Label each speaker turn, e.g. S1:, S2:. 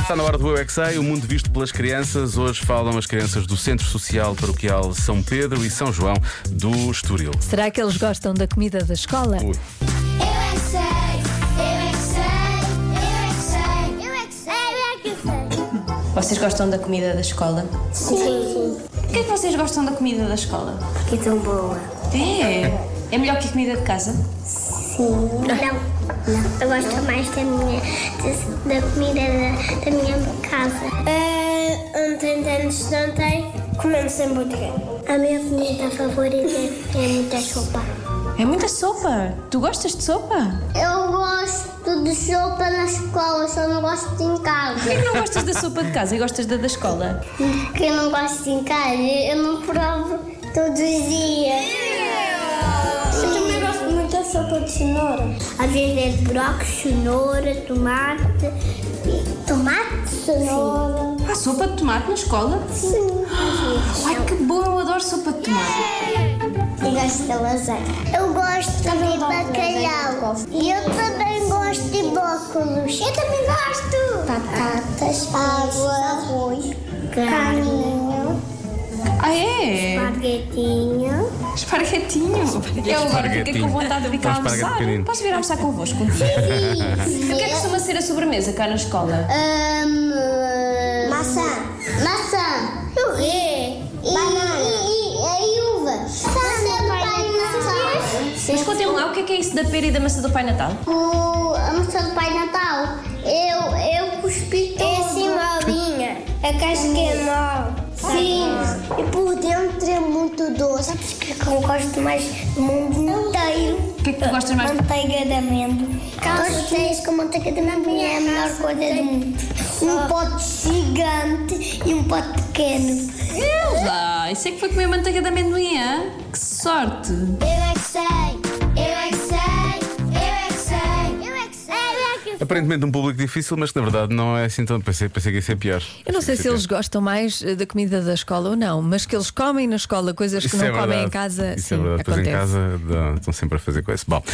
S1: Está na hora do Eu é Que Sei, o mundo visto pelas crianças. Hoje falam as crianças do Centro Social Paroquial São Pedro e São João do Estoril.
S2: Será que eles gostam da comida da escola?
S1: Ui.
S3: Eu é que sei, eu é que sei, eu é que sei, eu é que sei, eu
S4: Vocês gostam da comida da escola?
S3: Sim,
S4: O que é que vocês gostam da comida da escola?
S3: que tão boa.
S4: É! É melhor que a comida de casa?
S3: Sim. Não, eu gosto mais da minha, da comida da, da minha casa. É, ontem, antes de ontem, comemos hambúrguer. A minha comida favorita é muita sopa.
S4: É muita sopa! Tu gostas de sopa?
S3: Eu gosto de sopa na escola, só não gosto em casa.
S4: Porquê que não gostas da sopa de casa e gostas da da escola?
S3: Porque eu não gosto de encarar, eu não provo todos os dias. Eu também gosto muito da sopa de cenoura. Às vezes é de brócolis, cenoura, tomate. Tomate, cenoura.
S4: Há sopa de tomate na escola?
S3: Sim.
S4: Ai que bom, eu adoro sopa de tomate!
S3: Eu gosto de lasanha. Eu gosto de bacalhau. E eu também gosto de brócolis. Eu também gosto. Batatas, água, arroz, carninho,
S4: Ah é?
S3: espaguetinho.
S4: Esparguetinho! Eu agora fiquei com vontade de ficar a
S1: Um esparguete
S4: almoçar.
S1: pequenino.
S4: Posso vir almoçar convosco? O que é que costuma ser a sobremesa cá na escola?
S3: maçã. Maçã. O quê? Banana. E, e, e uva. Maçã do Pai
S4: Mas
S3: Natal.
S4: contem-me lá o que é que é isso da pera e da maçã do Pai Natal?
S3: O, a maçã do Pai Natal. Eu, eu cuspi tudo. É assim, molinha. A casca é mal. Sim. E por dentro é muito doce. Sabes o que é que eu gosto mais do mundo inteiro?
S4: O que é que tu gostas mais?
S3: Manteiga de amêndoa. Calcetes com manteiga de amêndoa é a melhor coisa do mundo. Um pote gigante e um pote pequeno.
S4: Ah, isso é que foi comer manteiga de amendoim, hã? Que sorte!
S3: Eu é que sei, eu é que sei, eu é que sei, eu é que sei, eu é que
S1: Aparentemente um público difícil, mas que na verdade não é assim tanto. Pensei, pensei que ia ser pior.
S2: Eu não sei
S1: Pensei
S2: se
S1: que ia
S2: eles
S1: ser
S2: gostam mais eh, da comida da escola ou não, mas que eles comem na escola coisas
S1: pior.
S2: que não
S1: é
S2: comem
S1: verdade.
S2: em casa,
S1: Isso
S2: sim,
S1: é verdade. Depois
S2: acontece.
S1: em casa dá- estão sempre a fazer coisa. Bom,